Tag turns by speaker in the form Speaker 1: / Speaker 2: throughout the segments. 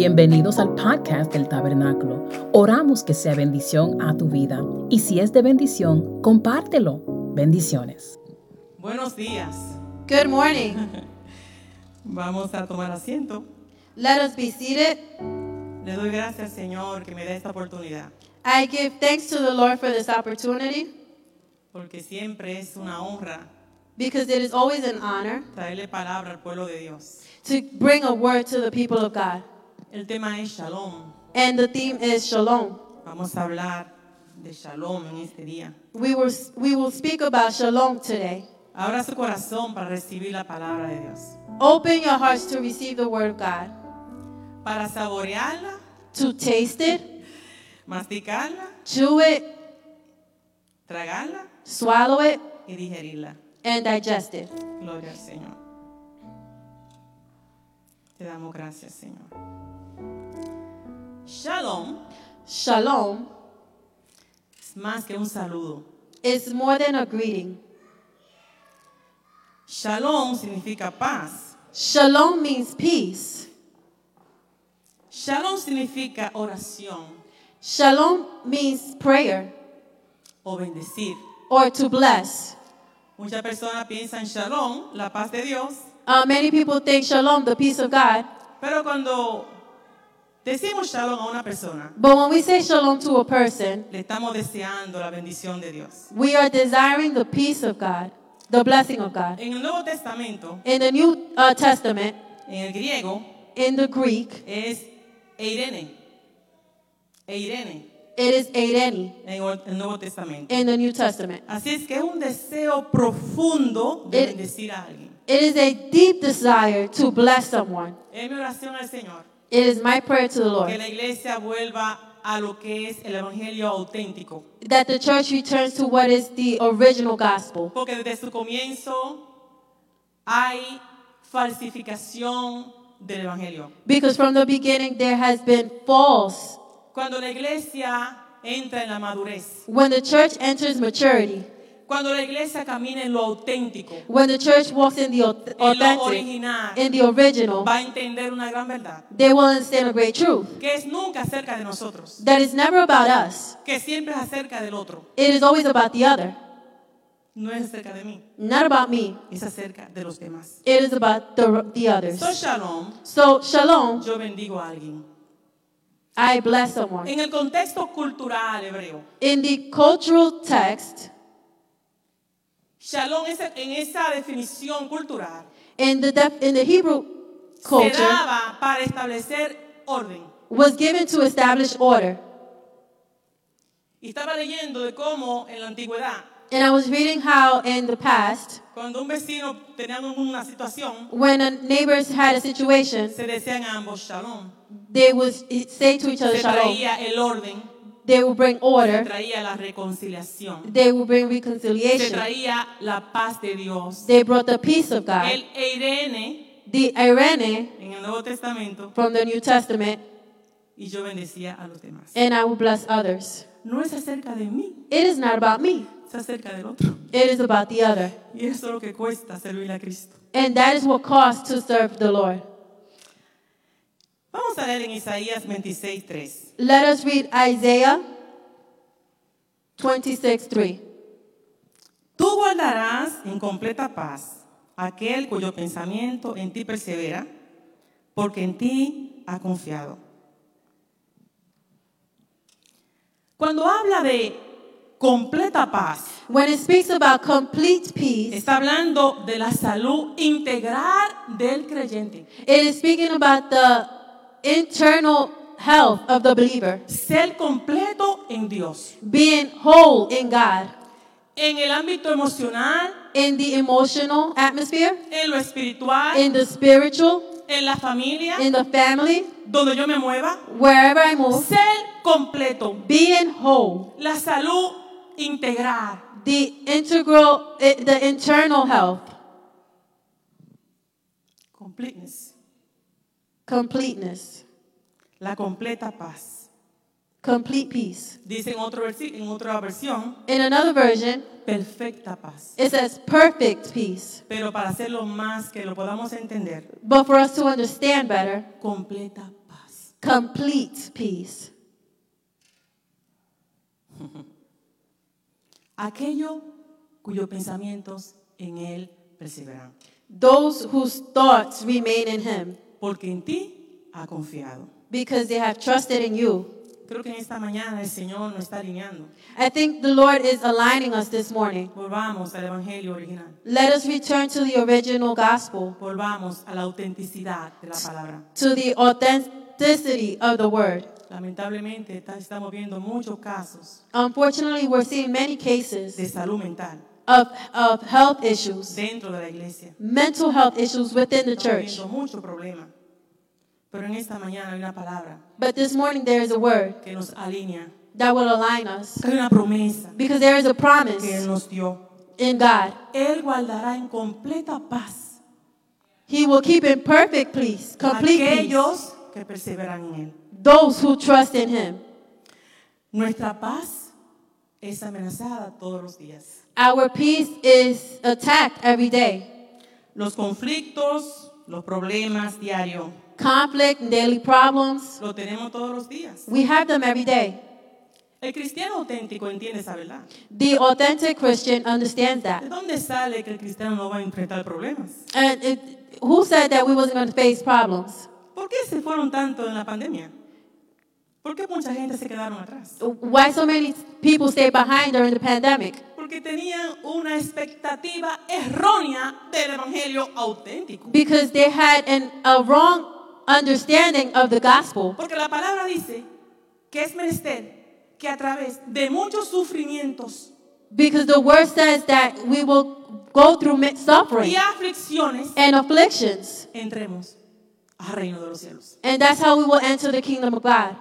Speaker 1: Bienvenidos al podcast del Tabernáculo. Oramos que sea bendición a tu vida y si es de bendición, compártelo. Bendiciones.
Speaker 2: Buenos días.
Speaker 3: Good morning.
Speaker 2: Vamos a tomar asiento.
Speaker 3: Let us be seated.
Speaker 2: Le doy gracias, Señor, que me da esta oportunidad,
Speaker 3: I give thanks to the Lord for this opportunity
Speaker 2: porque siempre es una honra
Speaker 3: because it is always an honor
Speaker 2: traerle palabra al pueblo de Dios.
Speaker 3: to bring a word to the people of God.
Speaker 2: El tema es Shalom.
Speaker 3: And the theme is shalom.
Speaker 2: Vamos a hablar de Shalom en este día.
Speaker 3: We will, we will speak about shalom today.
Speaker 2: Abra su corazón para recibir la palabra de Dios,
Speaker 3: Open your hearts to receive the word of God,
Speaker 2: para saborearla,
Speaker 3: to taste it,
Speaker 2: masticarla,
Speaker 3: chew it,
Speaker 2: tragarla
Speaker 3: swallow it,
Speaker 2: y digerirla.
Speaker 3: and digest it.
Speaker 2: Gloria al Señor. Te damos gracias, Señor. Shalom
Speaker 3: Shalom
Speaker 2: es más que un saludo.
Speaker 3: is more than a greeting.
Speaker 2: Shalom significa paz.
Speaker 3: Shalom means peace.
Speaker 2: Shalom significa oración
Speaker 3: Shalom means prayer
Speaker 2: o bendecir.
Speaker 3: or to bless.
Speaker 2: Muchas personas piensan shalom, la paz de Dios,
Speaker 3: Uh, many people think shalom, the peace of God.
Speaker 2: pero cuando decimos shalom a una persona,
Speaker 3: But when we say shalom to a person,
Speaker 2: le estamos deseando la bendición de Dios.
Speaker 3: we are desiring the peace of God, the blessing of God.
Speaker 2: En el Nuevo Testamento,
Speaker 3: In the New uh, Testament,
Speaker 2: en el griego,
Speaker 3: in the Greek,
Speaker 2: es eirene. Eirene.
Speaker 3: it is eireni
Speaker 2: en el- el Nuevo Testamento.
Speaker 3: in the New Testament.
Speaker 2: Así es que es un deseo profundo de
Speaker 3: El-
Speaker 2: bendecir a alguien.
Speaker 3: It is a deep desire to bless someone.
Speaker 2: Es mi oración al Señor,
Speaker 3: It is my prayer to the
Speaker 2: que
Speaker 3: Lord
Speaker 2: la iglesia vuelva a lo que es el Evangelio auténtico.
Speaker 3: that the church returns to what is the original gospel.
Speaker 2: Porque desde su comienzo hay falsificación del Evangelio.
Speaker 3: Because from the beginning, there has been false.
Speaker 2: Cuando la iglesia entra en la madurez,
Speaker 3: When the church enters maturity,
Speaker 2: cuando la iglesia camina en lo auténtico,
Speaker 3: When the church walks in the auth-
Speaker 2: En lo
Speaker 3: authentic,
Speaker 2: original.
Speaker 3: in the original,
Speaker 2: va a entender una gran verdad,
Speaker 3: they will understand a great truth
Speaker 2: que es nunca acerca de nosotros,
Speaker 3: that is never about us.
Speaker 2: que siempre es acerca del otro,
Speaker 3: It is always about the other,
Speaker 2: no es acerca de mí.
Speaker 3: not about me.
Speaker 2: es acerca de los demás.
Speaker 3: It is about the, the
Speaker 2: So
Speaker 3: others.
Speaker 2: shalom,
Speaker 3: So, shalom,
Speaker 2: yo bendigo a alguien.
Speaker 3: I bless someone.
Speaker 2: En el contexto cultural hebreo,
Speaker 3: In the cultural text,
Speaker 2: shalom es- en esa definición cultural
Speaker 3: in the, def, in the Hebrew
Speaker 2: se
Speaker 3: culture,
Speaker 2: daba para establecer orden.
Speaker 3: was given to establish order.
Speaker 2: Y estaba leyendo de cómo en la antigüedad,
Speaker 3: And I was reading how in the past,
Speaker 2: cuando un vecino tenía una situación,
Speaker 3: when a neighbors had a situation,
Speaker 2: se decían ambos shalom.
Speaker 3: they would say to each other,
Speaker 2: Se
Speaker 3: shalom.
Speaker 2: traía el orden,
Speaker 3: They would bring
Speaker 2: se
Speaker 3: order.
Speaker 2: traía la reconciliación,
Speaker 3: They will bring
Speaker 2: se
Speaker 3: reconciliation.
Speaker 2: traía la paz de Dios.
Speaker 3: They brought the peace of God.
Speaker 2: El E Irene
Speaker 3: The Irene
Speaker 2: en el Nuevo Testamento
Speaker 3: from the New Testament,
Speaker 2: y yo bendecía a los demás.
Speaker 3: and I will bless others.
Speaker 2: no es acerca de mí,
Speaker 3: It is not about me,
Speaker 2: es acerca del otro.
Speaker 3: it is about the other.
Speaker 2: Y eso es lo que cuesta servir a Cristo.
Speaker 3: And that is what costs to serve the Lord.
Speaker 2: Vamos a leer en Isaías 26:3.
Speaker 3: Let us read Isaiah 26 3.
Speaker 2: Tú guardarás en completa paz aquel cuyo pensamiento en ti persevera, porque en ti ha confiado. Cuando habla de completa paz,
Speaker 3: When it speaks about complete peace,
Speaker 2: está hablando de la salud integral del creyente.
Speaker 3: it is speaking about the internal health of the believer,
Speaker 2: Ser completo en Dios.
Speaker 3: being whole in God,
Speaker 2: En el ámbito emocional,
Speaker 3: in the emotional atmosphere.
Speaker 2: en lo espiritual,
Speaker 3: in the spiritual,
Speaker 2: en la familia,
Speaker 3: in the family,
Speaker 2: donde yo me mueva.
Speaker 3: wherever I move,
Speaker 2: Ser completo,
Speaker 3: being whole,
Speaker 2: la salud integral.
Speaker 3: the integral, i- the internal health,
Speaker 2: Completeness,
Speaker 3: completeness,
Speaker 2: la completa paz.
Speaker 3: complete peace.
Speaker 2: Dice en, otro versi- en otra versión,
Speaker 3: In another version,
Speaker 2: perfecta paz.
Speaker 3: it says perfect peace.
Speaker 2: Pero para hacerlo más que lo podamos entender,
Speaker 3: But for us to understand better,
Speaker 2: completa paz.
Speaker 3: complete peace.
Speaker 2: Aquello cuyos pensamientos en Él perseveran.
Speaker 3: Those whose thoughts remain in Him
Speaker 2: Porque en ti ha confiado.
Speaker 3: because they have trusted in you.
Speaker 2: Creo que en esta mañana el Señor nos está alineando.
Speaker 3: I think the Lord is aligning us this morning.
Speaker 2: Volvamos al Evangelio original.
Speaker 3: Let us return to the original gospel,
Speaker 2: Volvamos a la autenticidad de la palabra.
Speaker 3: to the authenticity of the word.
Speaker 2: Lamentablemente está- estamos viendo muchos casos
Speaker 3: Unfortunately, we're seeing many cases
Speaker 2: de salud mental
Speaker 3: of, of health issues,
Speaker 2: dentro de la iglesia.
Speaker 3: mental health issues within the
Speaker 2: Estamos
Speaker 3: church.
Speaker 2: viendo muchos problemas. Pero en esta mañana hay una palabra
Speaker 3: But this morning, there is a word
Speaker 2: que nos alinea.
Speaker 3: that will align us
Speaker 2: Hay una promesa
Speaker 3: because there is a
Speaker 2: que Él
Speaker 3: promise
Speaker 2: nos dio.
Speaker 3: in God.
Speaker 2: Él guardará en completa paz
Speaker 3: He will keep in perfect peace, complete peace,
Speaker 2: aquellos que perseveran en Él.
Speaker 3: those who trust in Him.
Speaker 2: Nuestra paz es amenazada todos los días.
Speaker 3: Our peace is attacked every day.
Speaker 2: Los conflictos, los problemas diarios,
Speaker 3: Conflict and daily problems,
Speaker 2: lo tenemos todos los días.
Speaker 3: we have them every day.
Speaker 2: El cristiano auténtico entiende esa verdad.
Speaker 3: The authentic Christian understands
Speaker 2: ¿De
Speaker 3: that.
Speaker 2: dónde sale que el cristiano no va a enfrentar problemas?
Speaker 3: And it, who said that we wasn't going to face problems?
Speaker 2: ¿Por qué se fueron tanto en la pandemia? ¿Por qué mucha gente se quedaron atrás?
Speaker 3: Why so many people stayed behind during the pandemic?
Speaker 2: Porque tenían una expectativa errónea del evangelio auténtico.
Speaker 3: Because they had an, a wrong understanding of the gospel.
Speaker 2: Porque la palabra dice que es menester que a través de muchos sufrimientos
Speaker 3: Because the word says that we will go through mi- suffering
Speaker 2: y aflicciones
Speaker 3: and afflictions.
Speaker 2: entremos al reino de los cielos.
Speaker 3: And that's how we will enter the kingdom of God.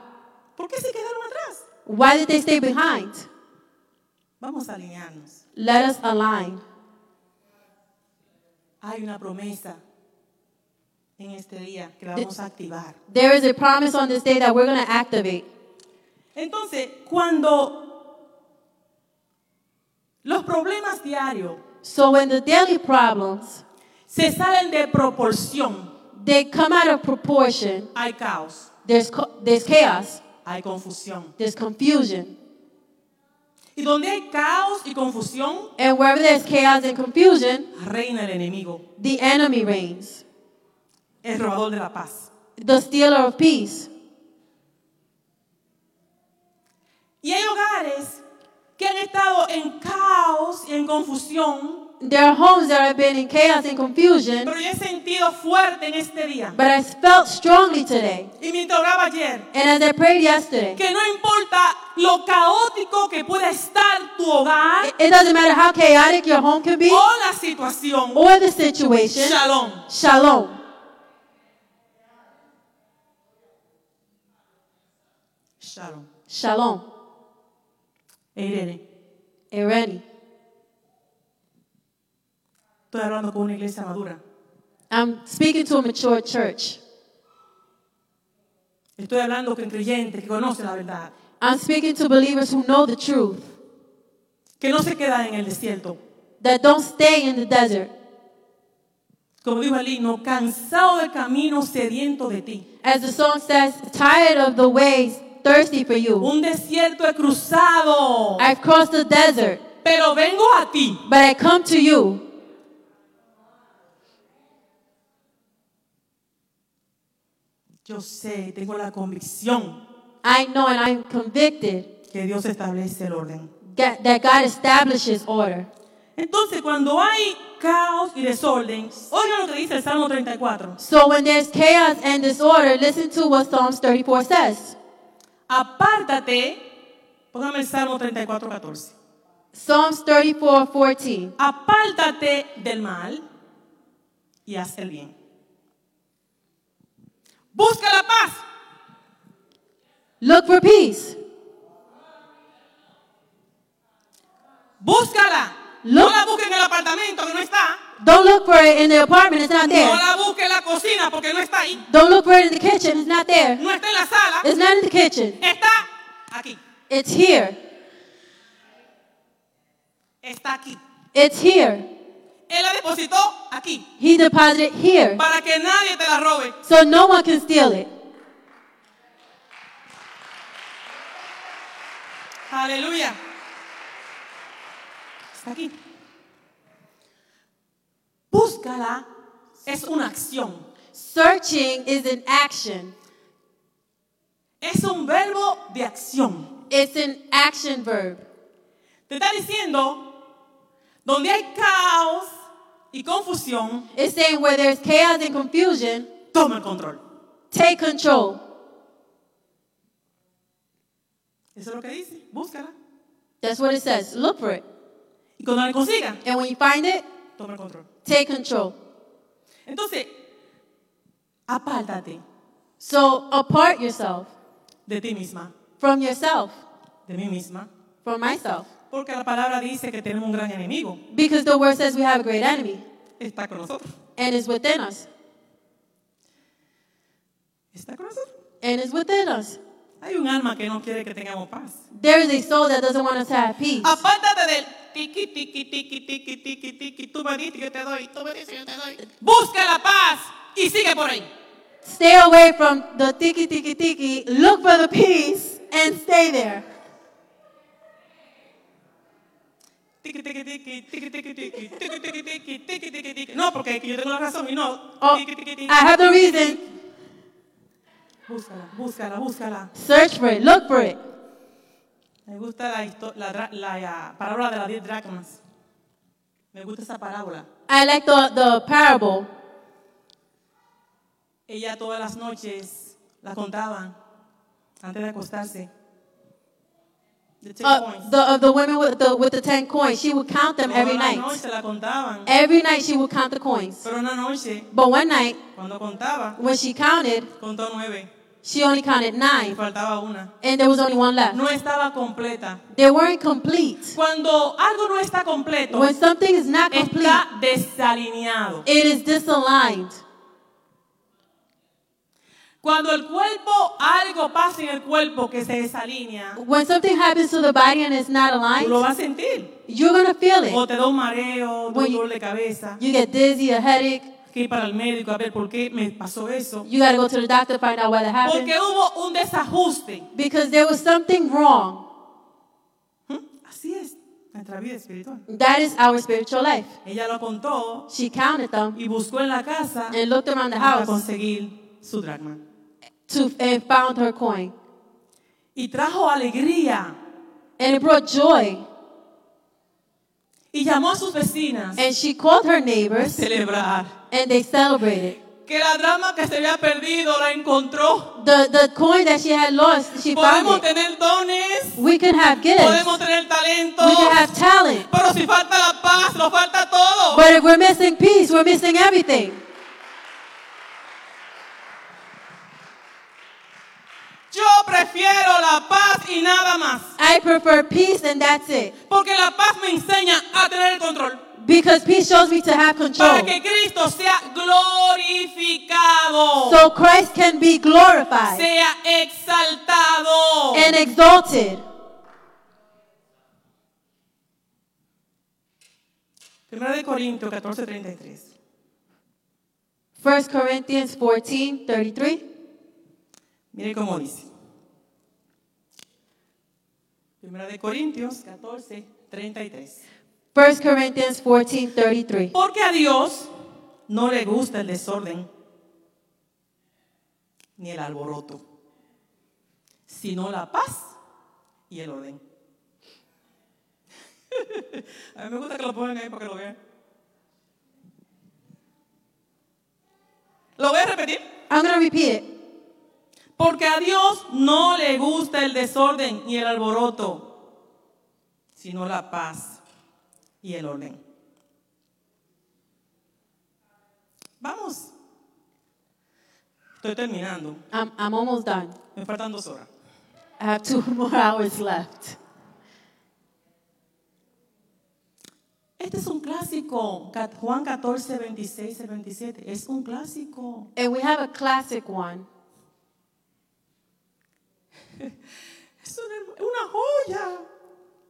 Speaker 2: ¿Por qué se quedaron atrás?
Speaker 3: Why did they stay behind?
Speaker 2: Vamos a alinearnos.
Speaker 3: Let us align.
Speaker 2: Hay una promesa en este día que la vamos a activar.
Speaker 3: There is a promise on this day that we're going to activate.
Speaker 2: Entonces, cuando los problemas diarios
Speaker 3: So when the daily problems,
Speaker 2: se salen de proporción,
Speaker 3: they come out of proportion,
Speaker 2: hay caos,
Speaker 3: there's, co- there's chaos,
Speaker 2: hay confusión.
Speaker 3: there's confusion.
Speaker 2: Y donde hay caos y confusión,
Speaker 3: And wherever there's chaos and confusion,
Speaker 2: reina el enemigo,
Speaker 3: the enemy reigns,
Speaker 2: el robador de la paz.
Speaker 3: the stealer of peace.
Speaker 2: Y hay hogares que han estado en caos y en confusión,
Speaker 3: There are homes that have been in chaos and confusion,
Speaker 2: pero yo he sentido fuerte en este día.
Speaker 3: but I felt strongly today,
Speaker 2: Y mientras oraba ayer,
Speaker 3: and as I prayed yesterday,
Speaker 2: que no importa lo caótico que pueda estar tu hogar
Speaker 3: it, it doesn't matter how chaotic your home can be
Speaker 2: o la situación,
Speaker 3: or the situation,
Speaker 2: shalom,
Speaker 3: shalom.
Speaker 2: shalom.
Speaker 3: Shalom.
Speaker 2: Irene,
Speaker 3: Irene.
Speaker 2: estoy hablando con una iglesia madura,
Speaker 3: I'm speaking to a mature church.
Speaker 2: estoy hablando con creyentes que conocen la verdad,
Speaker 3: I'm speaking to believers who know the truth,
Speaker 2: que no se quedan en el desierto.
Speaker 3: that don't stay in the desert.
Speaker 2: Como dijo el himno, cansado del camino, sediento de ti.
Speaker 3: As the song says, tired of the ways, thirsty for you.
Speaker 2: Un desierto he cruzado,
Speaker 3: I've crossed the desert,
Speaker 2: pero vengo a ti.
Speaker 3: but I come to you.
Speaker 2: Yo sé, tengo la convicción
Speaker 3: I know and I'm convicted
Speaker 2: que Dios establece el orden.
Speaker 3: ga- that God establishes order.
Speaker 2: Entonces, cuando hay caos y desorden, oigan lo que dice el Salmo 34.
Speaker 3: So when there's chaos and disorder, listen to what Psalms 34 says.
Speaker 2: Apártate, póngame el Salmo 34, 14.
Speaker 3: Psalms 34 14.
Speaker 2: Apártate del mal y haz el bien. Busca la paz
Speaker 3: Look for peace.
Speaker 2: Búscala. No
Speaker 3: Look.
Speaker 2: la busque en el apartamento que no está.
Speaker 3: Don't look for it in the apartment, it's not
Speaker 2: No
Speaker 3: there.
Speaker 2: la busque en la cocina porque no está ahí.
Speaker 3: Don't look for it in the kitchen, it's not there.
Speaker 2: No está en la sala.
Speaker 3: It's not in the kitchen,
Speaker 2: Está aquí.
Speaker 3: it's here.
Speaker 2: Está aquí.
Speaker 3: It's here.
Speaker 2: Él la depositó aquí
Speaker 3: He deposited it here
Speaker 2: para que nadie te la robe.
Speaker 3: so no one can steal it.
Speaker 2: Aleluya. Está aquí. Búscala es una acción.
Speaker 3: Searching is an action.
Speaker 2: Es un verbo de acción.
Speaker 3: It's an action verb.
Speaker 2: Te está diciendo, donde hay caos y confusión,
Speaker 3: It's saying where there's chaos and confusion,
Speaker 2: toma el control.
Speaker 3: take control.
Speaker 2: Eso es lo que dice. Búscala.
Speaker 3: That's what it says. Look for it.
Speaker 2: Y cuando la consiga,
Speaker 3: And when you find it,
Speaker 2: toma el control.
Speaker 3: take control.
Speaker 2: Entonces, apártate
Speaker 3: So apart yourself
Speaker 2: de ti misma,
Speaker 3: from yourself,
Speaker 2: de mí misma,
Speaker 3: from myself.
Speaker 2: porque la palabra dice que tenemos un gran enemigo.
Speaker 3: Because the word says we have a great enemy
Speaker 2: Está con nosotros.
Speaker 3: and is within us.
Speaker 2: Está con nosotros.
Speaker 3: And is within us.
Speaker 2: Hay un alma que no quiere que tengamos paz.
Speaker 3: There is a soul that doesn't want us to have peace.
Speaker 2: Apártate del tiqui, tiqui, tiqui, tiqui, tiqui, tiqui, tú me diste, yo te doy, tú me diste, yo te doy. Busca la paz y sigue por ahí.
Speaker 3: Stay away from the tiki tiki tiki. Look for the peace and stay there.
Speaker 2: Tiqui, tiqui, tiqui, tiqui, tiqui, tiqui, tiqui, tiqui, tiqui, tiqui, tiqui, tiqui. No, porque aquí yo tengo la razón y no.
Speaker 3: Oh,
Speaker 2: Tiqui, tiqui, tiqui.
Speaker 3: I have the reason.
Speaker 2: Ah. Búscala, búscala, búscala.
Speaker 3: Search for it. Look for it.
Speaker 2: Me gusta la, histo- la, dra- la, ah, parábola de las 10 dracmas. Me gusta esa parábola.
Speaker 3: I like the, the parable.
Speaker 2: Ella todas las noches la contaban antes de acostarse. The ten
Speaker 3: Uh,
Speaker 2: coins. Oh,
Speaker 3: the, of the women with the, with the 10 coins. She would count them
Speaker 2: Todas
Speaker 3: every
Speaker 2: las
Speaker 3: night.
Speaker 2: noches la contaban.
Speaker 3: Every night she would count the coins.
Speaker 2: Pero una noche,
Speaker 3: But one night,
Speaker 2: cuando contaba,
Speaker 3: when she counted,
Speaker 2: contó nueve.
Speaker 3: she only counted
Speaker 2: Y
Speaker 3: nine,
Speaker 2: faltaba una.
Speaker 3: and there was only one left.
Speaker 2: No estaba completa.
Speaker 3: They weren't complete.
Speaker 2: Cuando algo no está completo,
Speaker 3: When something is not complete,
Speaker 2: está desalineado.
Speaker 3: it is disaligned.
Speaker 2: Cuando el cuerpo, algo pasa en el cuerpo que se desalinea,
Speaker 3: When something happens to the body and it's not
Speaker 2: tú lo
Speaker 3: aligned,
Speaker 2: vas a sentir.
Speaker 3: you're gonna feel
Speaker 2: O
Speaker 3: it.
Speaker 2: te da un mareo, da un
Speaker 3: Bueno, y-
Speaker 2: dolor de cabeza.
Speaker 3: You get dizzy, a headache.
Speaker 2: Que ir para el médico a ver por qué me pasó eso.
Speaker 3: You gotta go to the doctor to find out why that happened.
Speaker 2: Porque hubo un desajuste.
Speaker 3: Because there was something wrong.
Speaker 2: ¿Mm? Así es, nuestra vida espiritual.
Speaker 3: That is our spiritual life.
Speaker 2: Ella lo contó
Speaker 3: She counted them
Speaker 2: y buscó en la casa
Speaker 3: and looked around the
Speaker 2: para
Speaker 3: house
Speaker 2: conseguir su dracma.
Speaker 3: to, and found her coin.
Speaker 2: Y trajo alegría
Speaker 3: And it brought joy.
Speaker 2: y llamó a sus vecinas
Speaker 3: And she called her
Speaker 2: a
Speaker 3: neighbors
Speaker 2: celebrar.
Speaker 3: and they celebrated.
Speaker 2: Que la drama que se había perdido la encontró.
Speaker 3: The, the coin that she had lost, she
Speaker 2: Podemos
Speaker 3: found it.
Speaker 2: tener dones,
Speaker 3: We can have gifts.
Speaker 2: podemos tener talento,
Speaker 3: We can have talent.
Speaker 2: pero si falta la paz, nos falta todo.
Speaker 3: But if we're missing peace, we're missing everything.
Speaker 2: Yo prefiero la paz y nada más.
Speaker 3: I prefer peace and that's it.
Speaker 2: Porque la paz me enseña a tener el control.
Speaker 3: Because peace shows me to have
Speaker 2: Para
Speaker 3: control.
Speaker 2: que Cristo sea glorificado.
Speaker 3: So Christ can be glorified
Speaker 2: sea exaltado.
Speaker 3: and exalted.
Speaker 2: Primero de Corintios 14:33.
Speaker 3: 1 Corinthians 14 33.
Speaker 2: Mire cómo dice. Primero de Corintios 14:33.
Speaker 3: 1 Corinthians 14 33.
Speaker 2: Porque a Dios no le gusta el desorden ni el alboroto, sino la paz y el orden. a mí me gusta que lo pongan ahí para que lo vean. Lo voy a repetir.
Speaker 3: I'm going to repeat it.
Speaker 2: Porque a Dios no le gusta el desorden ni el alboroto, sino la paz y el orden. Vamos. Estoy terminando.
Speaker 3: I'm, I'm almost done.
Speaker 2: Me faltan dos horas.
Speaker 3: I have two more hours left.
Speaker 2: Este es un clásico. Cat- Juan 14, 26 al 27. Es un clásico.
Speaker 3: And we have a classic one.
Speaker 2: Es una, una joya.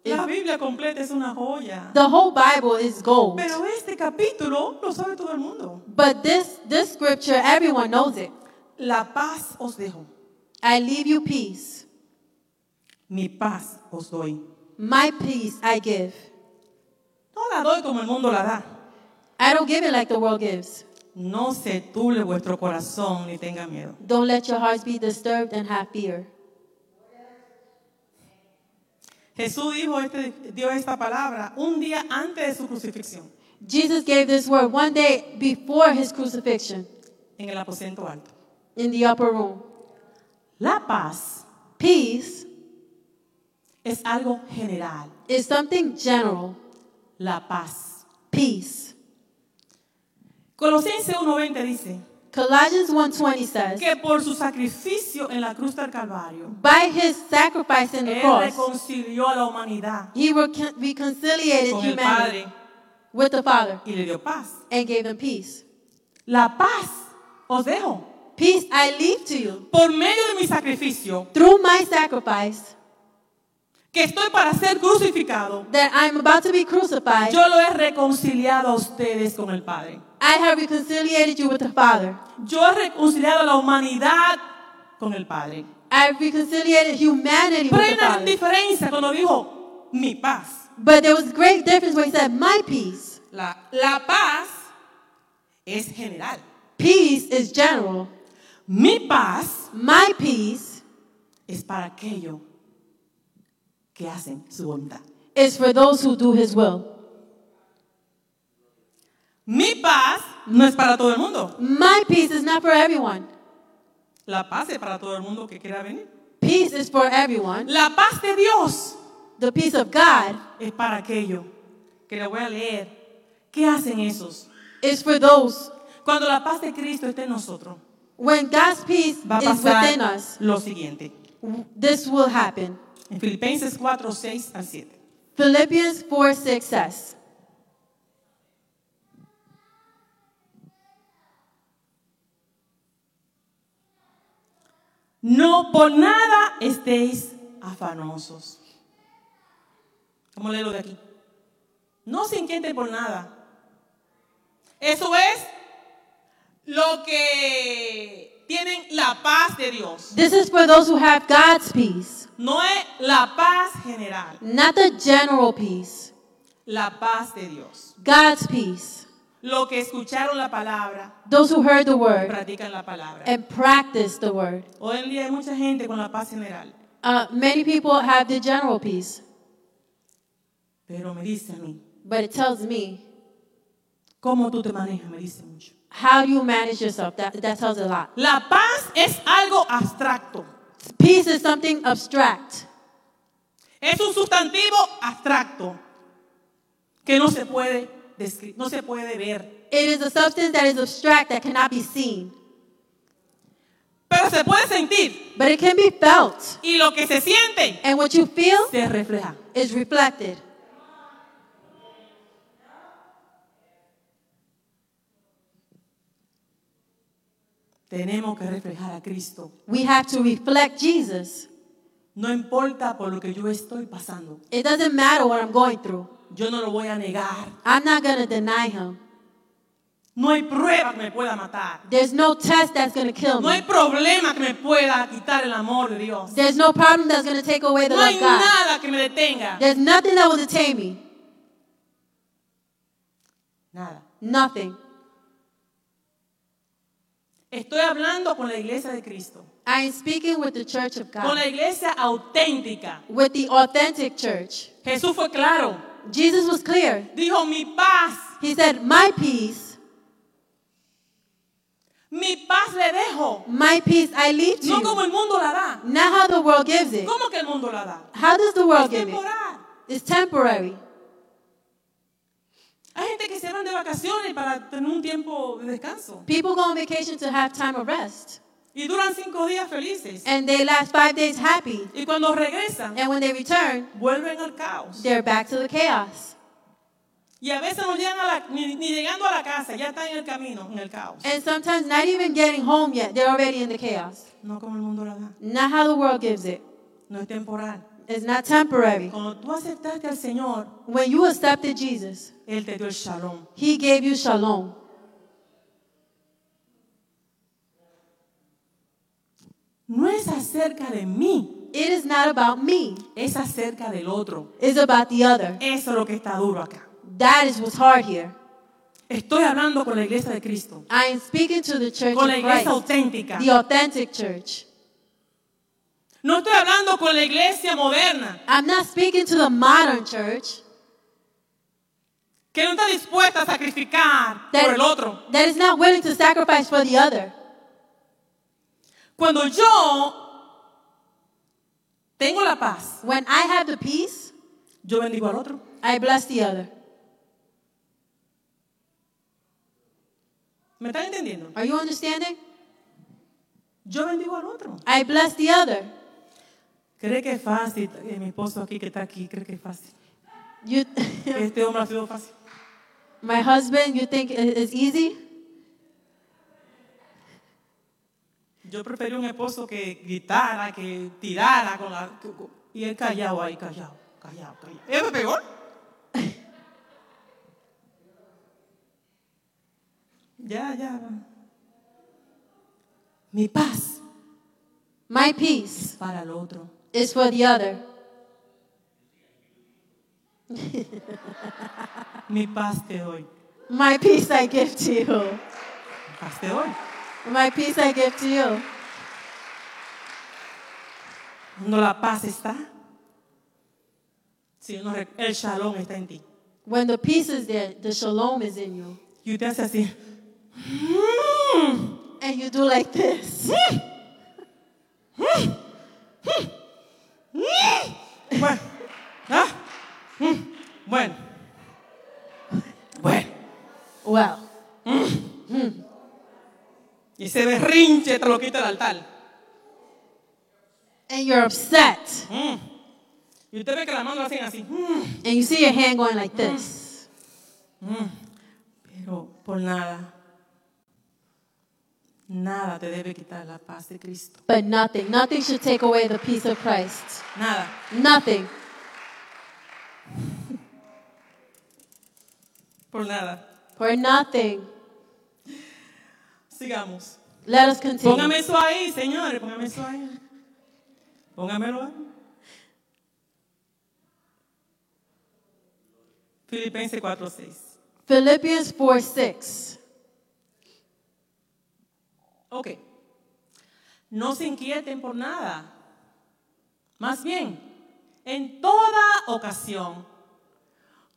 Speaker 2: La Biblia completa es una joya.
Speaker 3: The whole Bible is gold.
Speaker 2: Pero este capítulo lo sabe todo el mundo.
Speaker 3: But this, this scripture, everyone knows it.
Speaker 2: La paz os dejo.
Speaker 3: I leave you peace.
Speaker 2: Mi paz os doy.
Speaker 3: My peace I give.
Speaker 2: No la doy como el mundo la da.
Speaker 3: I don't give it like the world gives.
Speaker 2: No se turbe vuestro corazón ni tenga miedo.
Speaker 3: Don't let your hearts be disturbed and have fear.
Speaker 2: Jesús dijo este- dio esta palabra un día antes de su crucifixión,
Speaker 3: Jesus gave this word one day before his crucifixion
Speaker 2: en el aposento alto.
Speaker 3: in the upper room.
Speaker 2: La paz
Speaker 3: Peace
Speaker 2: es algo general.
Speaker 3: is something general.
Speaker 2: La paz.
Speaker 3: Peace.
Speaker 2: Colosenses 1.20 dice
Speaker 3: Colossians 1:20 says,
Speaker 2: que por su sacrificio en la cruz del Calvario,
Speaker 3: by his sacrifice in the
Speaker 2: Él
Speaker 3: cross,
Speaker 2: reconcilió a la humanidad
Speaker 3: he recon- reconciliated
Speaker 2: con el
Speaker 3: humanity
Speaker 2: Padre
Speaker 3: with the Father
Speaker 2: y le dio paz.
Speaker 3: and gave them peace.
Speaker 2: La paz os dejo.
Speaker 3: Peace I leave to you
Speaker 2: Por medio de mi sacrificio,
Speaker 3: through my sacrifice
Speaker 2: que estoy para ser crucificado,
Speaker 3: that I'm about to be crucified.
Speaker 2: yo lo he reconciliado a ustedes con el Padre.
Speaker 3: I have reconciliated you with the Father.
Speaker 2: Yo he reconciliado a la humanidad con el Padre.
Speaker 3: I have reconciliated humanity with the
Speaker 2: Plena
Speaker 3: Father.
Speaker 2: diferencia cuando dijo mi paz.
Speaker 3: But there was great difference when he said, my peace.
Speaker 2: La, la paz es general.
Speaker 3: Peace is general.
Speaker 2: Mi paz
Speaker 3: My peace
Speaker 2: es para aquello que hacen su voluntad.
Speaker 3: is for those who do his will.
Speaker 2: Mi paz no es para todo el mundo.
Speaker 3: My peace is not for everyone.
Speaker 2: La paz es para todo el mundo que quiera venir.
Speaker 3: Peace is for everyone.
Speaker 2: La paz de Dios
Speaker 3: The peace of God
Speaker 2: es para aquello que le voy a leer. ¿Qué hacen esos?
Speaker 3: is for those.
Speaker 2: Cuando la paz de Cristo esté en nosotros,
Speaker 3: When God's peace
Speaker 2: va a
Speaker 3: is within
Speaker 2: pasar
Speaker 3: us,
Speaker 2: lo siguiente.
Speaker 3: this will happen.
Speaker 2: En Filipenses 4, 6 al 7.
Speaker 3: Philippians 4 6 says,
Speaker 2: No por nada estéis afanosos. Vamos a leerlo de aquí. No se inquieten por nada. Eso es lo que tienen la paz de Dios.
Speaker 3: This is for those who have God's peace,
Speaker 2: No es la paz general,
Speaker 3: not the general peace,
Speaker 2: la paz de Dios.
Speaker 3: God's peace.
Speaker 2: Lo que escucharon la palabra,
Speaker 3: Those who heard the word
Speaker 2: practican la palabra.
Speaker 3: and practice the word.
Speaker 2: Hoy en día hay mucha gente con la paz general,
Speaker 3: Uh, many people have the general peace,
Speaker 2: pero me dice a mí,
Speaker 3: but it tells me,
Speaker 2: ¿cómo tú te manejas? Me dice mucho.
Speaker 3: how do you manage yourself? That, that tells a lot.
Speaker 2: La paz es algo abstracto.
Speaker 3: Peace is something abstract,
Speaker 2: Es un sustantivo abstracto que no se puede descri- no se puede ver,
Speaker 3: it is a substance that is abstract that cannot be seen,
Speaker 2: pero se puede sentir
Speaker 3: but it can be felt.
Speaker 2: y lo que se siente
Speaker 3: And what you feel
Speaker 2: se refleja.
Speaker 3: is reflected.
Speaker 2: Tenemos que reflejar a Cristo.
Speaker 3: We have to reflect Jesus.
Speaker 2: No importa por lo que yo estoy pasando,
Speaker 3: It doesn't matter what I'm going through.
Speaker 2: yo no lo voy a negar.
Speaker 3: I'm not going to deny him.
Speaker 2: No hay prueba que me pueda matar.
Speaker 3: There's no test that's going to kill
Speaker 2: No hay
Speaker 3: me.
Speaker 2: problema que me pueda quitar el amor de Dios.
Speaker 3: There's no problem that's going to take away the
Speaker 2: No
Speaker 3: love
Speaker 2: hay
Speaker 3: of God.
Speaker 2: nada que me detenga.
Speaker 3: There's nothing that will detain me.
Speaker 2: Nada.
Speaker 3: Nothing.
Speaker 2: Estoy hablando con la iglesia de Cristo,
Speaker 3: I am speaking with the church of
Speaker 2: con la
Speaker 3: God,
Speaker 2: iglesia auténtica.
Speaker 3: with the authentic church.
Speaker 2: Jesús fue claro.
Speaker 3: Jesus was clear.
Speaker 2: Dijo, mi paz,
Speaker 3: He said, My peace,
Speaker 2: mi paz le dejo.
Speaker 3: my peace I leave to
Speaker 2: No como
Speaker 3: you.
Speaker 2: el mundo la da.
Speaker 3: Not how the world gives it.
Speaker 2: ¿Cómo que el mundo la da?
Speaker 3: How does the
Speaker 2: Es
Speaker 3: world give it?
Speaker 2: temporal.
Speaker 3: It's temporary.
Speaker 2: Hay gente que se van de vacaciones para tener un tiempo de descanso.
Speaker 3: People go on vacation to have time of rest,
Speaker 2: Y duran cinco días felices.
Speaker 3: and they last five days happy.
Speaker 2: Y cuando regresan,
Speaker 3: And when they return,
Speaker 2: vuelven al caos.
Speaker 3: they're back to the chaos.
Speaker 2: Y a veces no llegan a la- ni, ni llegando a la casa, ya están en el camino, en el caos.
Speaker 3: And sometimes not even getting home yet, they're already in the chaos.
Speaker 2: No como el mundo la da.
Speaker 3: Not how the world gives it.
Speaker 2: No es temporal.
Speaker 3: It's not temporary.
Speaker 2: Cuando tú aceptaste al Señor,
Speaker 3: When you accepted Jesus,
Speaker 2: Él te dio el shalom.
Speaker 3: He gave you shalom.
Speaker 2: No es acerca de mí,
Speaker 3: It is not about me,
Speaker 2: es acerca del otro.
Speaker 3: it's about the other.
Speaker 2: Eso es lo que está duro acá.
Speaker 3: That is what's hard here.
Speaker 2: Estoy hablando con la iglesia de Cristo,
Speaker 3: I am speaking to the church
Speaker 2: con la
Speaker 3: of
Speaker 2: iglesia
Speaker 3: Christ,
Speaker 2: auténtica.
Speaker 3: the authentic church.
Speaker 2: No estoy hablando con la iglesia moderna,
Speaker 3: I'm not speaking to the modern church
Speaker 2: que no está dispuesta a sacrificar por el otro.
Speaker 3: that is not willing to sacrifice for the other.
Speaker 2: Cuando yo tengo la paz,
Speaker 3: When I have the peace,
Speaker 2: yo bendigo al otro.
Speaker 3: I bless the other.
Speaker 2: ¿Me están entendiendo?
Speaker 3: Are you understanding?
Speaker 2: Yo bendigo al otro.
Speaker 3: I bless the other.
Speaker 2: ¿Cree que es fácil? Eh, mi esposo aquí que está aquí, ¿cree que es fácil?
Speaker 3: You,
Speaker 2: Este hombre ha sido fácil.
Speaker 3: my husband, you think it is easy?
Speaker 2: Yo preferí un esposo que gritara, que tirara con la... que- con- y él callado ahí, callado, callado, callado. ¿Es peor? ya, ya. Mi paz
Speaker 3: My peace
Speaker 2: para el otro.
Speaker 3: is for the other.
Speaker 2: Mi paz te doy.
Speaker 3: My peace I give to you.
Speaker 2: Mi paz te doy.
Speaker 3: My peace I give to you.
Speaker 2: Cuando la paz está, si uno rec- el shalom está en ti.
Speaker 3: When the peace is there, the shalom is in you.
Speaker 2: Y usted hace así. "Mm".
Speaker 3: And you do like this.
Speaker 2: Bueno. ¿Ah? Mm. Bueno. Bueno.
Speaker 3: Well,
Speaker 2: Y se berrinche, te lo quita el altar.
Speaker 3: and you're upset.
Speaker 2: Mm. Y usted ve que la mano la hacen así. Mm.
Speaker 3: And you see your hand going like this.
Speaker 2: Pero por nada. Nada te debe quitar la paz de Cristo.
Speaker 3: But nothing, nothing should take away the peace of Christ.
Speaker 2: Nada.
Speaker 3: Nothing.
Speaker 2: Por nada.
Speaker 3: For nothing.
Speaker 2: Sigamos.
Speaker 3: Let us continue.
Speaker 2: Póngame eso ahí, señores. Póngame eso ahí. Póngamelo ahí. Filipenses 4:6.
Speaker 3: Philippians 4 6.
Speaker 2: Ok. No se inquieten por nada. Más bien, en toda ocasión,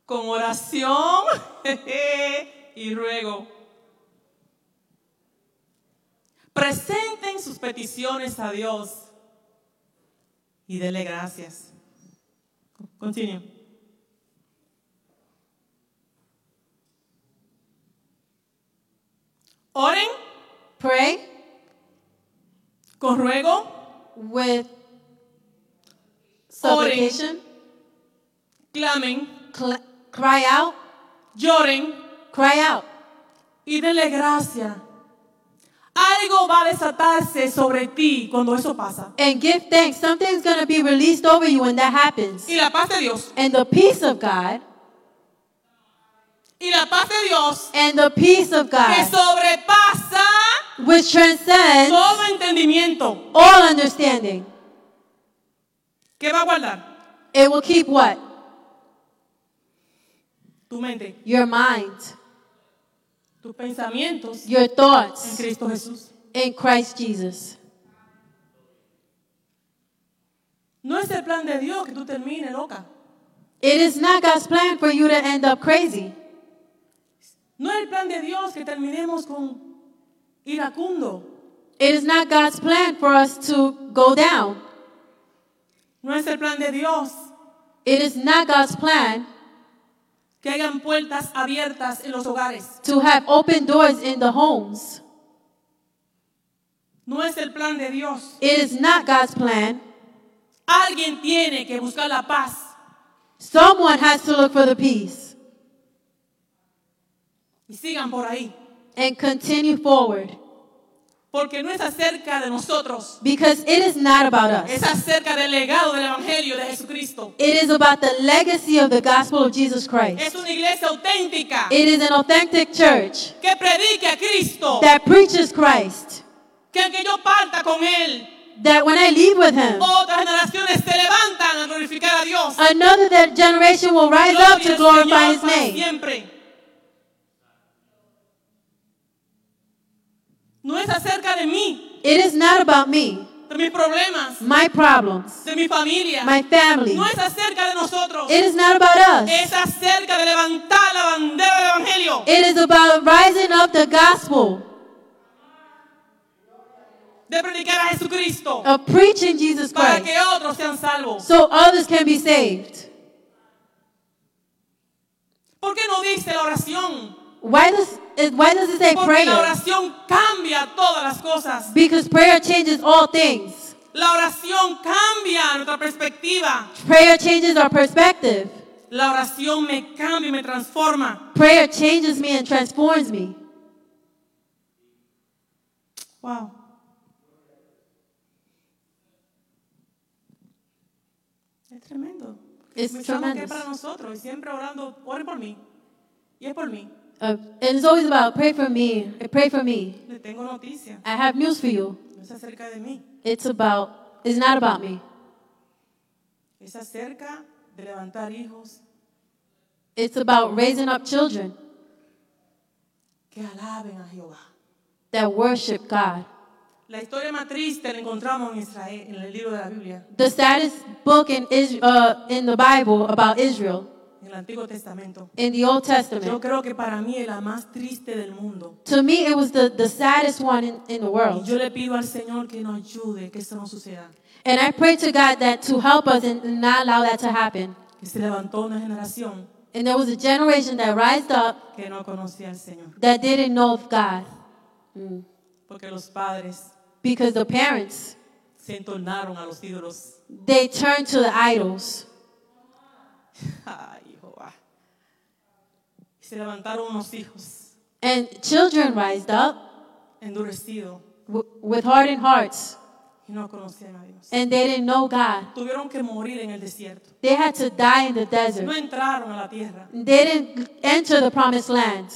Speaker 2: con oración y ruego, presenten sus peticiones a Dios y dele gracias. Continue. Oren
Speaker 3: Pray
Speaker 2: con ruego,
Speaker 3: with supplication.
Speaker 2: clamen,
Speaker 3: Cl- cry out.
Speaker 2: lloren
Speaker 3: Cry out.
Speaker 2: y denle gracia. Algo va a desatarse sobre ti cuando eso pasa.
Speaker 3: And give thanks. Something's going to be released over you when that happens.
Speaker 2: Y la paz de Dios,
Speaker 3: And the peace of God.
Speaker 2: y la paz de Dios
Speaker 3: And the peace of
Speaker 2: que
Speaker 3: God.
Speaker 2: sobrepasa
Speaker 3: Which transcends
Speaker 2: todo entendimiento,
Speaker 3: all understanding.
Speaker 2: ¿qué va a guardar?
Speaker 3: It will keep what?
Speaker 2: Tu mente,
Speaker 3: Your mind.
Speaker 2: tus pensamientos
Speaker 3: Your
Speaker 2: en
Speaker 3: thoughts.
Speaker 2: Cristo Jesús.
Speaker 3: In Christ Jesus.
Speaker 2: No es el plan de Dios que tú termines loca.
Speaker 3: It is not God's plan for you to end up crazy.
Speaker 2: No es el plan de Dios que terminemos con iracundo.
Speaker 3: It is not God's plan for us to go down.
Speaker 2: No es el plan de Dios
Speaker 3: It is not God's plan
Speaker 2: que hayan puertas abiertas en los hogares.
Speaker 3: to have open doors in the homes.
Speaker 2: No es el plan de Dios.
Speaker 3: It is not God's plan.
Speaker 2: Alguien tiene que buscar la paz
Speaker 3: Someone has to look for the peace
Speaker 2: y sigan por ahí.
Speaker 3: and continue forward
Speaker 2: Porque no es acerca de nosotros,
Speaker 3: because it is not about
Speaker 2: es
Speaker 3: us.
Speaker 2: acerca del legado del Evangelio de Jesucristo.
Speaker 3: It is about the legacy of the gospel of Jesus
Speaker 2: Es
Speaker 3: Christ.
Speaker 2: una iglesia auténtica
Speaker 3: It is an authentic church
Speaker 2: que predique a Cristo,
Speaker 3: that preaches Christ.
Speaker 2: que aunque yo parta con Él,
Speaker 3: That when I leave with Him,
Speaker 2: otra generación Dios.
Speaker 3: Another that generation will rise
Speaker 2: Gloria
Speaker 3: up to
Speaker 2: al
Speaker 3: glorify
Speaker 2: Señor
Speaker 3: his
Speaker 2: para
Speaker 3: name.
Speaker 2: Siempre. No es acerca de mí,
Speaker 3: It is not about me,
Speaker 2: de mis problemas,
Speaker 3: my problems,
Speaker 2: de mi familia.
Speaker 3: my family.
Speaker 2: No es acerca de nosotros.
Speaker 3: It is not about us.
Speaker 2: Es acerca de levantar la bandera del Evangelio.
Speaker 3: It is about rising up the gospel,
Speaker 2: De predicar a Jesucristo.
Speaker 3: of preaching Jesus
Speaker 2: Para
Speaker 3: Oh, Christ,
Speaker 2: que otros sean salvos.
Speaker 3: so others can be saved.
Speaker 2: ¿Por qué no dice la oración?
Speaker 3: Why does it, why does it
Speaker 2: Porque
Speaker 3: say
Speaker 2: la
Speaker 3: prayer?
Speaker 2: oración cambia todas las cosas.
Speaker 3: Because prayer changes all things.
Speaker 2: La oración cambia nuestra perspectiva.
Speaker 3: Prayer changes our perspective.
Speaker 2: La oración me cambia y me transforma.
Speaker 3: Prayer changes me and transforms me.
Speaker 2: Wow. Es tremendo.
Speaker 3: It's
Speaker 2: Pensamos que es
Speaker 3: tremendous.
Speaker 2: para nosotros y siempre orando, ore por mí. Y es por mí.
Speaker 3: Uh, and it's always about pray for me. Pray for me.
Speaker 2: Le tengo noticia.
Speaker 3: I have news for you.
Speaker 2: No es acerca de mí.
Speaker 3: It's about. It's not about me.
Speaker 2: Es acerca de levantar hijos
Speaker 3: It's about raising up children
Speaker 2: que alaben a Jehová.
Speaker 3: that worship God.
Speaker 2: La historia más triste la encontramos en Israel, en el libro de la Biblia,
Speaker 3: The saddest book in Israel, uh, in the Bible about Israel
Speaker 2: en el Antiguo Testamento.
Speaker 3: in the Old
Speaker 2: Yo
Speaker 3: Testament.
Speaker 2: creo que para mí es la más triste del mundo.
Speaker 3: To me, it was the, the saddest one in, in the
Speaker 2: Y
Speaker 3: world.
Speaker 2: yo le pido al Señor que nos ayude, que eso no suceda.
Speaker 3: And I pray to God that to help us and and not allow that to happen.
Speaker 2: Que se levantó una generación
Speaker 3: And there was a generation that rised up
Speaker 2: que no conocía al Señor.
Speaker 3: that didn't know of God
Speaker 2: Porque los padres
Speaker 3: because the parents
Speaker 2: se entornaron a los ídolos.
Speaker 3: they turned to the idols
Speaker 2: Ay, Jehová. Y se levantaron unos hijos
Speaker 3: and children rised up
Speaker 2: endurecidos
Speaker 3: w- with hardened hearts
Speaker 2: y no conocían a Dios.
Speaker 3: and they didn't know God.
Speaker 2: Tuvieron que morir en el desierto.
Speaker 3: They had to die in the
Speaker 2: No
Speaker 3: desert.
Speaker 2: entraron a la tierra.
Speaker 3: They didn't enter the promised land.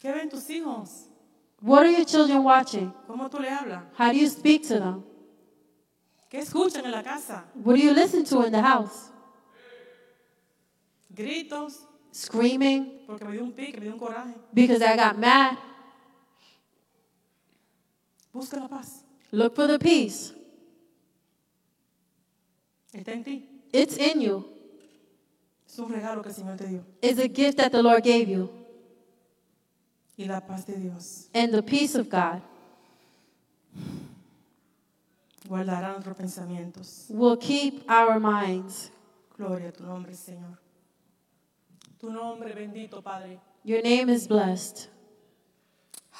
Speaker 2: ¿Qué ven tus hijos?
Speaker 3: What are your children watching?
Speaker 2: ¿Cómo tú le hablas?
Speaker 3: How do you speak to them?
Speaker 2: ¿Qué escuchan en la casa?
Speaker 3: What do you listen to in the house?
Speaker 2: Gritos,
Speaker 3: Screaming
Speaker 2: porque me dio un pique, me dio un coraje.
Speaker 3: because I got mad.
Speaker 2: Busca la paz.
Speaker 3: Look for the peace.
Speaker 2: Está en ti.
Speaker 3: It's in you.
Speaker 2: Es un regalo que el Señor te dio.
Speaker 3: It's a gift that the Lord gave you
Speaker 2: Y la paz de Dios
Speaker 3: and the peace of God.
Speaker 2: guardará nuestros pensamientos.
Speaker 3: will keep our minds.
Speaker 2: Gloria a tu nombre, Señor. Tu nombre bendito, Padre.
Speaker 3: Your name is blessed.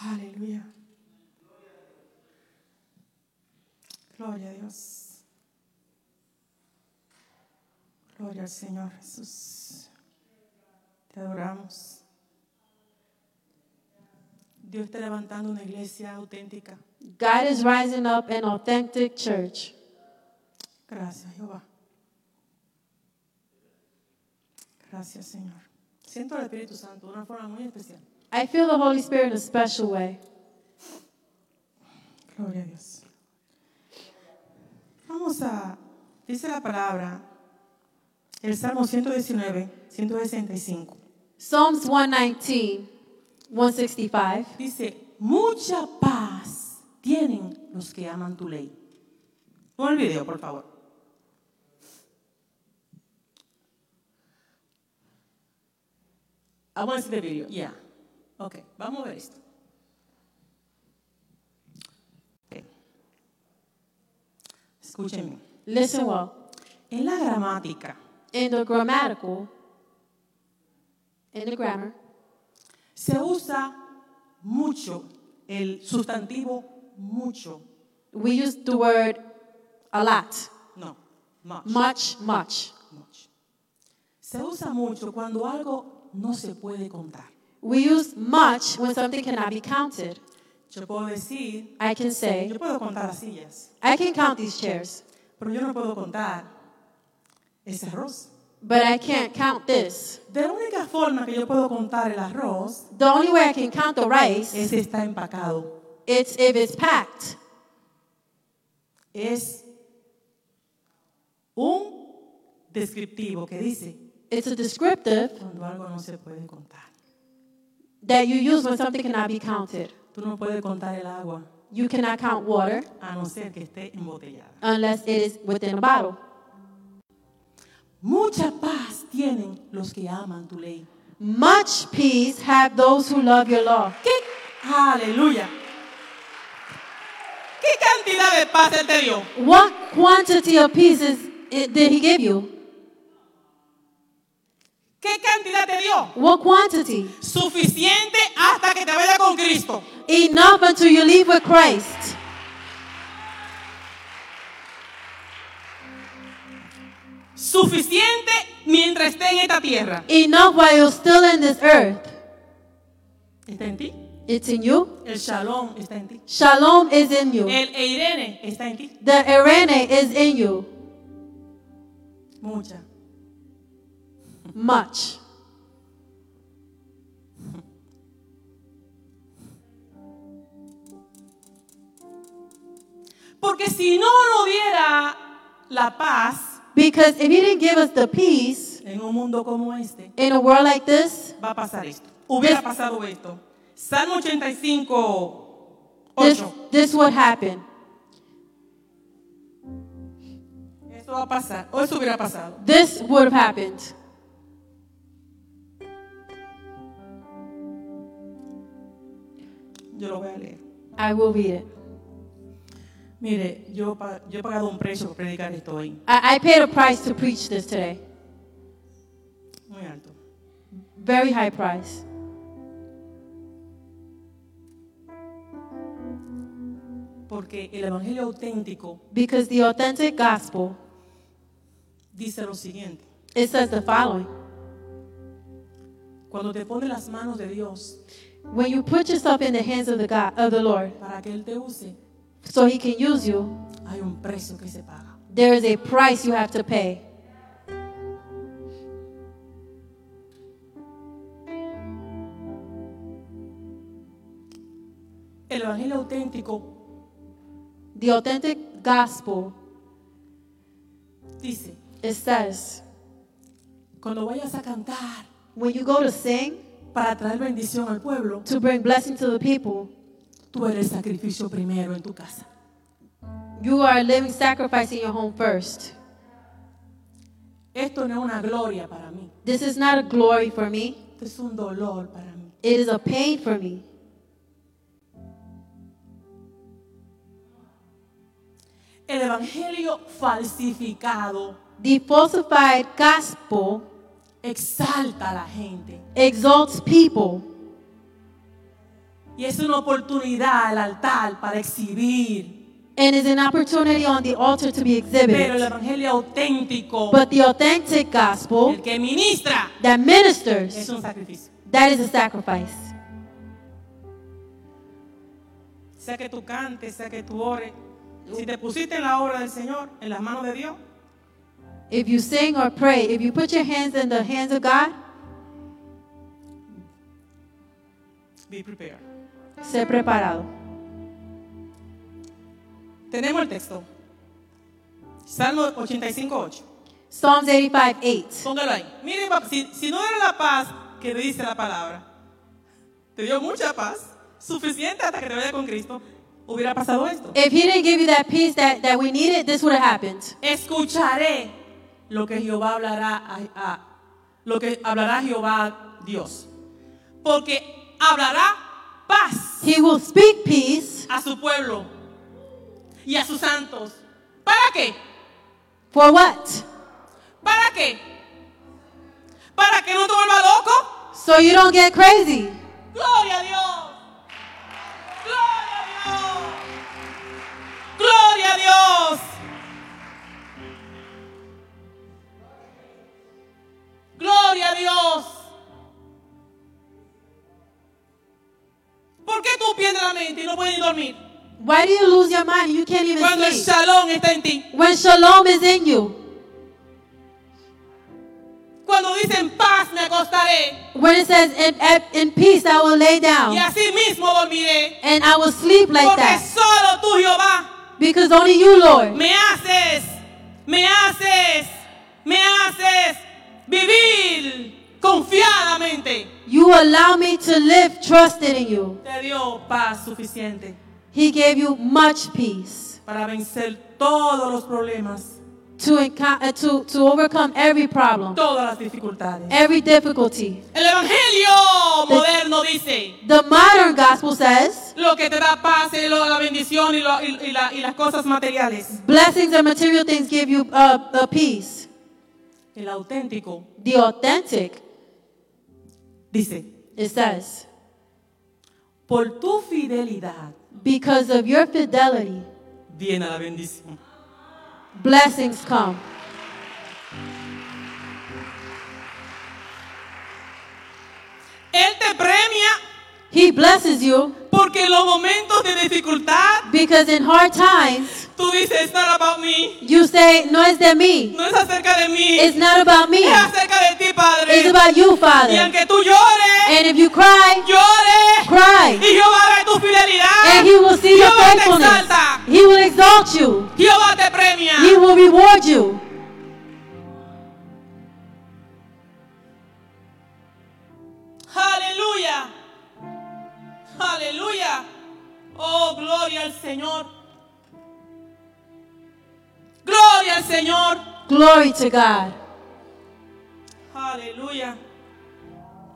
Speaker 2: Aleluya. Gloria a Dios. Gloria al Señor Jesús. Te adoramos. Dios está levantando una iglesia auténtica.
Speaker 3: God is rising up an authentic church.
Speaker 2: Gracias, Jehová. Gracias, Señor. Siento al Espíritu Santo de una forma muy especial.
Speaker 3: I feel the Holy Spirit in a special way.
Speaker 2: Gloria a Dios. Vamos a, dice la palabra, el Salmo 119, 165.
Speaker 3: Psalms 119, 165.
Speaker 2: Dice, mucha paz tienen los que aman tu ley. Pon el video, por favor. I want to see the video. Yeah. Ok, vamos a ver esto. Ok. Escúchenme.
Speaker 3: Listen well.
Speaker 2: En la gramática
Speaker 3: In the grammatical, in the grammar,
Speaker 2: se usa mucho el sustantivo mucho.
Speaker 3: we use the word a lot.
Speaker 2: No, much.
Speaker 3: Much, much.
Speaker 2: much. Se usa mucho cuando algo no se puede contar.
Speaker 3: We use much when something cannot be counted.
Speaker 2: Yo puedo decir,
Speaker 3: I can say,
Speaker 2: yo puedo contar las sillas,
Speaker 3: I can count these chairs,
Speaker 2: pero yo no puedo contar ese arroz.
Speaker 3: but I can't count this.
Speaker 2: De la única forma que yo puedo contar el arroz
Speaker 3: The only way I can count the rice
Speaker 2: es si está empacado.
Speaker 3: it's if it's packed.
Speaker 2: es un descriptivo que dice
Speaker 3: It's a descriptive
Speaker 2: cuando algo no se puede contar.
Speaker 3: that you use when something cannot be counted.
Speaker 2: Tú no puedes contar el agua
Speaker 3: You cannot count water
Speaker 2: a no ser que esté embotellada.
Speaker 3: unless it is within a bottle.
Speaker 2: Mucha paz tienen los que aman tu ley.
Speaker 3: Much peace have those who love your law.
Speaker 2: ¿Qué? Aleluya. ¿Qué cantidad de paz Él te dio?
Speaker 3: What quantity of peace is, it, did he give you?
Speaker 2: ¿Qué cantidad te dio?
Speaker 3: What quantity?
Speaker 2: Suficiente hasta que te vaya con Cristo.
Speaker 3: Enough until you leave with Christ.
Speaker 2: Suficiente mientras esté en esta tierra.
Speaker 3: Enough while you're still in this earth.
Speaker 2: Está en ti.
Speaker 3: It's in you.
Speaker 2: El shalom está en ti.
Speaker 3: Shalom is in you.
Speaker 2: El Eirene está en ti.
Speaker 3: The Irene is in you.
Speaker 2: Mucha.
Speaker 3: Much.
Speaker 2: Porque si no nos diera la paz
Speaker 3: Because if he didn't give us the peace
Speaker 2: en un mundo como este,
Speaker 3: in a world like this,
Speaker 2: va a pasar esto. Hubiera
Speaker 3: This-
Speaker 2: pasado esto. Salmo 85,
Speaker 3: this,
Speaker 2: 8.
Speaker 3: this would happen.
Speaker 2: Esto va a pasar. O eso hubiera pasado.
Speaker 3: This would have happened.
Speaker 2: Yo lo voy a leer.
Speaker 3: I will read it.
Speaker 2: Mire, yo, pa- yo he pagado un precio por predicar esto hoy.
Speaker 3: I, I paid a price to preach this today.
Speaker 2: Muy alto.
Speaker 3: Very high price.
Speaker 2: Porque el Evangelio auténtico
Speaker 3: Because the authentic gospel,
Speaker 2: dice lo siguiente.
Speaker 3: it says the following.
Speaker 2: Cuando te pones las manos de Dios
Speaker 3: When you put yourself in the hands of the God of the Lord,
Speaker 2: para que Él te use,
Speaker 3: so he can use you,
Speaker 2: hay un precio que se paga.
Speaker 3: there is a price you have to pay.
Speaker 2: El Evangelio auténtico
Speaker 3: The authentic gospel,
Speaker 2: dice,
Speaker 3: it says,
Speaker 2: cuando vayas a cantar
Speaker 3: when you go to sing,
Speaker 2: para traer bendición al pueblo,
Speaker 3: to bring blessing to the people,
Speaker 2: tú eres sacrificio primero en tu casa.
Speaker 3: you are a living sacrifice in your home first.
Speaker 2: Esto no es una gloria para mí,
Speaker 3: This is not a glory for me,
Speaker 2: esto es un dolor para mí.
Speaker 3: it is a pain for me.
Speaker 2: El Evangelio falsificado
Speaker 3: The falsified gospel
Speaker 2: exalta a la gente
Speaker 3: exalts people.
Speaker 2: y es una oportunidad al altar para exhibir.
Speaker 3: and is an opportunity on the altar to be
Speaker 2: Pero el
Speaker 3: exhibited.
Speaker 2: Evangelio auténtico,
Speaker 3: But the authentic gospel
Speaker 2: el que ministra,
Speaker 3: that
Speaker 2: es
Speaker 3: ministers,
Speaker 2: un sacrificio.
Speaker 3: that is a sacrifice.
Speaker 2: Sea que tú cantes, sea que tú ores, si te pusiste en la obra del Señor, en las manos de Dios,
Speaker 3: If you sing or pray, if you put your hands in the hands of God,
Speaker 2: be prepared.
Speaker 3: se preparado.
Speaker 2: Tenemos el texto. Salmo 85, 8.
Speaker 3: Psalms 85 8.
Speaker 2: Póngalo ahí. Mire, papá, si, si no era la paz que dice la palabra, te dio mucha paz, suficiente hasta que te vaya con Cristo, hubiera pasado esto.
Speaker 3: If He didn't give you that peace that, that we needed, this would have happened.
Speaker 2: Escucharé lo que Jehová hablará a, a- lo que hablará Jehová Dios. Porque hablará paz
Speaker 3: He will speak peace
Speaker 2: a su pueblo y a sus santos. ¿Para qué?
Speaker 3: for what?
Speaker 2: ¿Para qué? ¿Para que no te vuelva loco?
Speaker 3: So you don't get crazy.
Speaker 2: ¡Gloria a Dios! ¡Gloria a Dios! ¡Gloria a Dios! ¡Gloria a Dios! ¿Por qué tú pierdes la mente y no puedes ni dormir?
Speaker 3: Why do you lose your mind? You can't
Speaker 2: Cuando el
Speaker 3: even sleep.
Speaker 2: salón está en ti.
Speaker 3: When shalom is in you,
Speaker 2: Cuando dicen paz me acostaré
Speaker 3: when it says, in, at- in peace I will lay down.
Speaker 2: y así mismo dormiré.
Speaker 3: And I will sleep like
Speaker 2: Porque
Speaker 3: that.
Speaker 2: solo tú, Jehová,
Speaker 3: because only you, Lord,
Speaker 2: Me haces, me haces, me haces vivir confiadamente.
Speaker 3: you allow me to live trusted in you.
Speaker 2: Te dio paz suficiente
Speaker 3: He gave you much peace
Speaker 2: para vencer todos los problemas,
Speaker 3: to, encou- uh, to, to overcome every problem,
Speaker 2: todas las dificultades.
Speaker 3: every difficulty.
Speaker 2: El Evangelio moderno dice,
Speaker 3: The modern gospel says
Speaker 2: lo que te da paz es lo- la bendición y, lo- y- y la- y las cosas materiales.
Speaker 3: blessings and material things give you uh, uh, peace.
Speaker 2: El auténtico
Speaker 3: The authentic,
Speaker 2: dice,
Speaker 3: it says,
Speaker 2: por tu fidelidad
Speaker 3: because of your fidelity,
Speaker 2: viene la bendición.
Speaker 3: blessings come.
Speaker 2: Él te premia
Speaker 3: He blesses you
Speaker 2: porque en los momentos de dificultad
Speaker 3: because in hard times,
Speaker 2: tú dices, it's not about me,
Speaker 3: you say, No es de mí.
Speaker 2: no es acerca de mí,
Speaker 3: It's not about me.
Speaker 2: es acerca de ti,
Speaker 3: It's
Speaker 2: Padre.
Speaker 3: about you,
Speaker 2: Y
Speaker 3: Father.
Speaker 2: aunque tú llores,
Speaker 3: And if you cry,
Speaker 2: llores,
Speaker 3: cry.
Speaker 2: y Jehová ve tu fidelidad,
Speaker 3: And He will see your
Speaker 2: Jehová te
Speaker 3: faithfulness.
Speaker 2: exalta,
Speaker 3: He will exalt you.
Speaker 2: Jehová te premia.
Speaker 3: He will reward you.
Speaker 2: Aleluya. Aleluya. Oh, gloria al Señor. Gloria al Señor.
Speaker 3: Glory to God.
Speaker 2: Aleluya.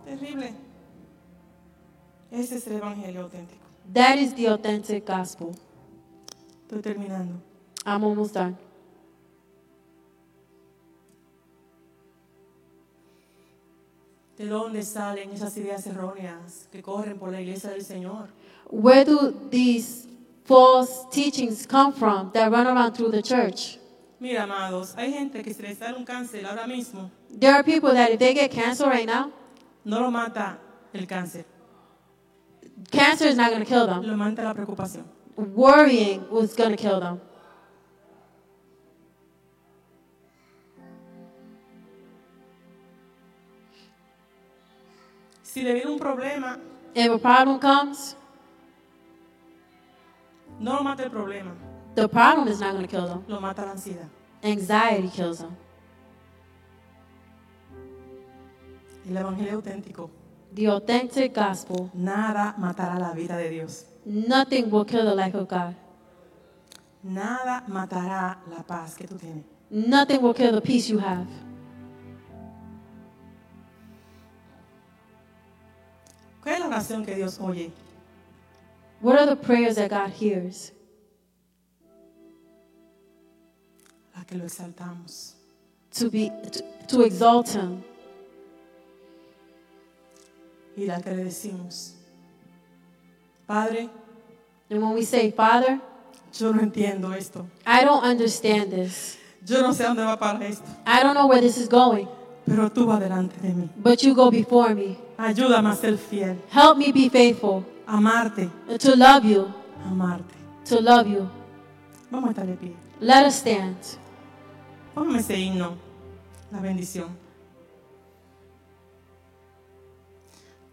Speaker 2: Terrible. Ese es el Evangelio auténtico.
Speaker 3: That is the authentic gospel.
Speaker 2: Estoy terminando.
Speaker 3: I'm almost done.
Speaker 2: ¿De dónde salen esas ideas erróneas que corren por la iglesia del Señor?
Speaker 3: Where do these false teachings come from that run around through the church?
Speaker 2: Mira, amados, hay gente que se les sale un cáncer ahora mismo.
Speaker 3: There are people that if they get cancer right now,
Speaker 2: No lo mata el cáncer,
Speaker 3: cancer is not going to kill them.
Speaker 2: lo mata la preocupación.
Speaker 3: Worrying was going to kill them.
Speaker 2: Si le viene un problema,
Speaker 3: If a problem comes,
Speaker 2: no lo mata el problema,
Speaker 3: the problem is not going to kill them.
Speaker 2: lo mata la ansiedad.
Speaker 3: Anxiety kills them.
Speaker 2: El Evangelio auténtico.
Speaker 3: The authentic gospel,
Speaker 2: Nada matará la vida de Dios.
Speaker 3: nothing will kill the life of God.
Speaker 2: Nada matará la paz que tú tienes.
Speaker 3: Nothing will kill the peace you have.
Speaker 2: ¿Cuál es la oración que Dios oye?
Speaker 3: What are the prayers that God hears?
Speaker 2: La que lo exaltamos.
Speaker 3: To be to, to exalt him
Speaker 2: Y la que le decimos, Padre,
Speaker 3: And when we say, Father,
Speaker 2: yo no entiendo esto.
Speaker 3: I don't understand this.
Speaker 2: Yo no sé a dónde va para esto.
Speaker 3: I don't know where this is going,
Speaker 2: Pero tú vas delante de mí.
Speaker 3: but you go before me.
Speaker 2: Ayúdame a ser fiel.
Speaker 3: Help me be faithful,
Speaker 2: Amarte.
Speaker 3: to love you,
Speaker 2: Amarte.
Speaker 3: to love you.
Speaker 2: Vamos a estar de pie.
Speaker 3: Let us stand.
Speaker 2: Póngame ese himno, la bendición.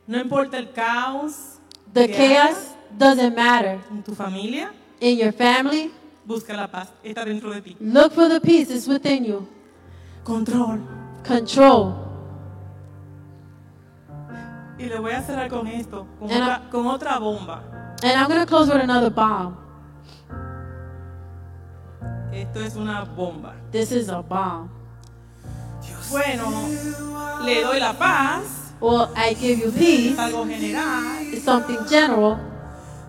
Speaker 2: No importa el caos
Speaker 3: The
Speaker 2: que
Speaker 3: chaos
Speaker 2: haya
Speaker 3: doesn't matter.
Speaker 2: en tu familia,
Speaker 3: In your family,
Speaker 2: busca la paz, está dentro de ti.
Speaker 3: look for the peace that's within you.
Speaker 2: Control.
Speaker 3: Control.
Speaker 2: Y le voy a cerrar con esto, con,
Speaker 3: Ana.
Speaker 2: otra, con otra bomba.
Speaker 3: And I'm going to close with another bomb.
Speaker 2: Esto es una bomba.
Speaker 3: This is a bomb.
Speaker 2: Bueno, le doy la paz,
Speaker 3: Well, I give you peace.
Speaker 2: es algo general,
Speaker 3: It's something general,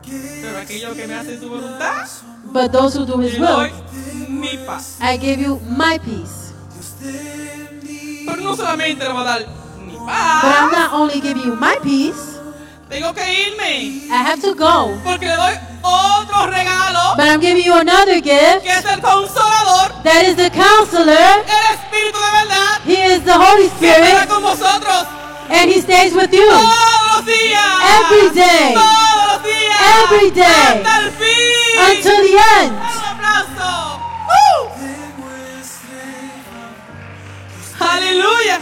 Speaker 2: pero aquello que me hace su voluntad,
Speaker 3: but those who do his
Speaker 2: le doy
Speaker 3: will,
Speaker 2: mi paz.
Speaker 3: I give you my peace.
Speaker 2: Pero no solamente le voy a dar mi
Speaker 3: But I'm
Speaker 2: paz,
Speaker 3: not only giving you my peace,
Speaker 2: tengo que irme.
Speaker 3: I have to go.
Speaker 2: Porque le doy otro regalo,
Speaker 3: But I'm giving you another gift
Speaker 2: que es el consolador,
Speaker 3: that is the counselor.
Speaker 2: el Espíritu de verdad,
Speaker 3: He is the Holy
Speaker 2: que estará
Speaker 3: Spirit
Speaker 2: con vosotros
Speaker 3: and He stays with you.
Speaker 2: todos los días.
Speaker 3: Every day.
Speaker 2: Todos los días.
Speaker 3: Every day.
Speaker 2: Hasta el fin.
Speaker 3: Until the end.
Speaker 2: Un aplauso. ¡Uh! Aleluya.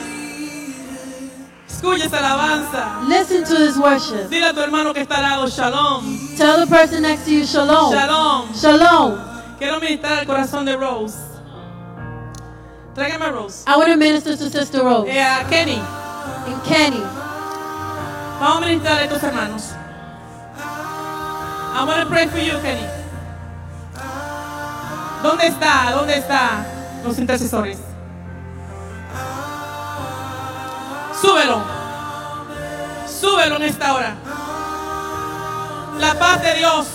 Speaker 2: Escucha esa alabanza.
Speaker 3: Listen to this worship.
Speaker 2: Dile a tu hermano que está al lado, Shalom.
Speaker 3: Tell the person next to you, Shalom.
Speaker 2: Shalom.
Speaker 3: Shalom.
Speaker 2: Que Quiero meditar el corazón de Rose. Tráigame a Rose.
Speaker 3: I want to minister to Sister Rose
Speaker 2: Eh, a Kenny.
Speaker 3: and Kenny.
Speaker 2: Vamos a meditar a estos hermanos. I want to pray for you, Kenny. ¿Dónde está? ¿Dónde está los intercesores? Súbelo. Súbelo en esta hora. La paz de Dios.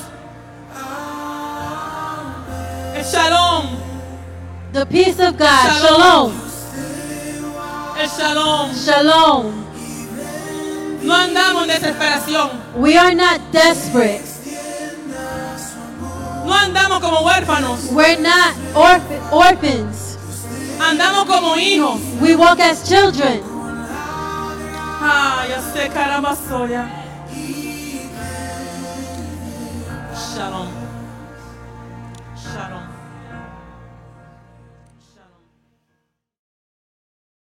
Speaker 2: El shalom.
Speaker 3: The peace of God,
Speaker 2: Shalom.
Speaker 3: shalom,
Speaker 2: El shalom.
Speaker 3: shalom.
Speaker 2: No andamos en desesperación.
Speaker 3: We are not desperate.
Speaker 2: No andamos como huérfanos.
Speaker 3: We're not orph- orphans.
Speaker 2: Andamos como hijos.
Speaker 3: We walk as children.
Speaker 2: Ah, ya sé, caramba, soya. Shalom.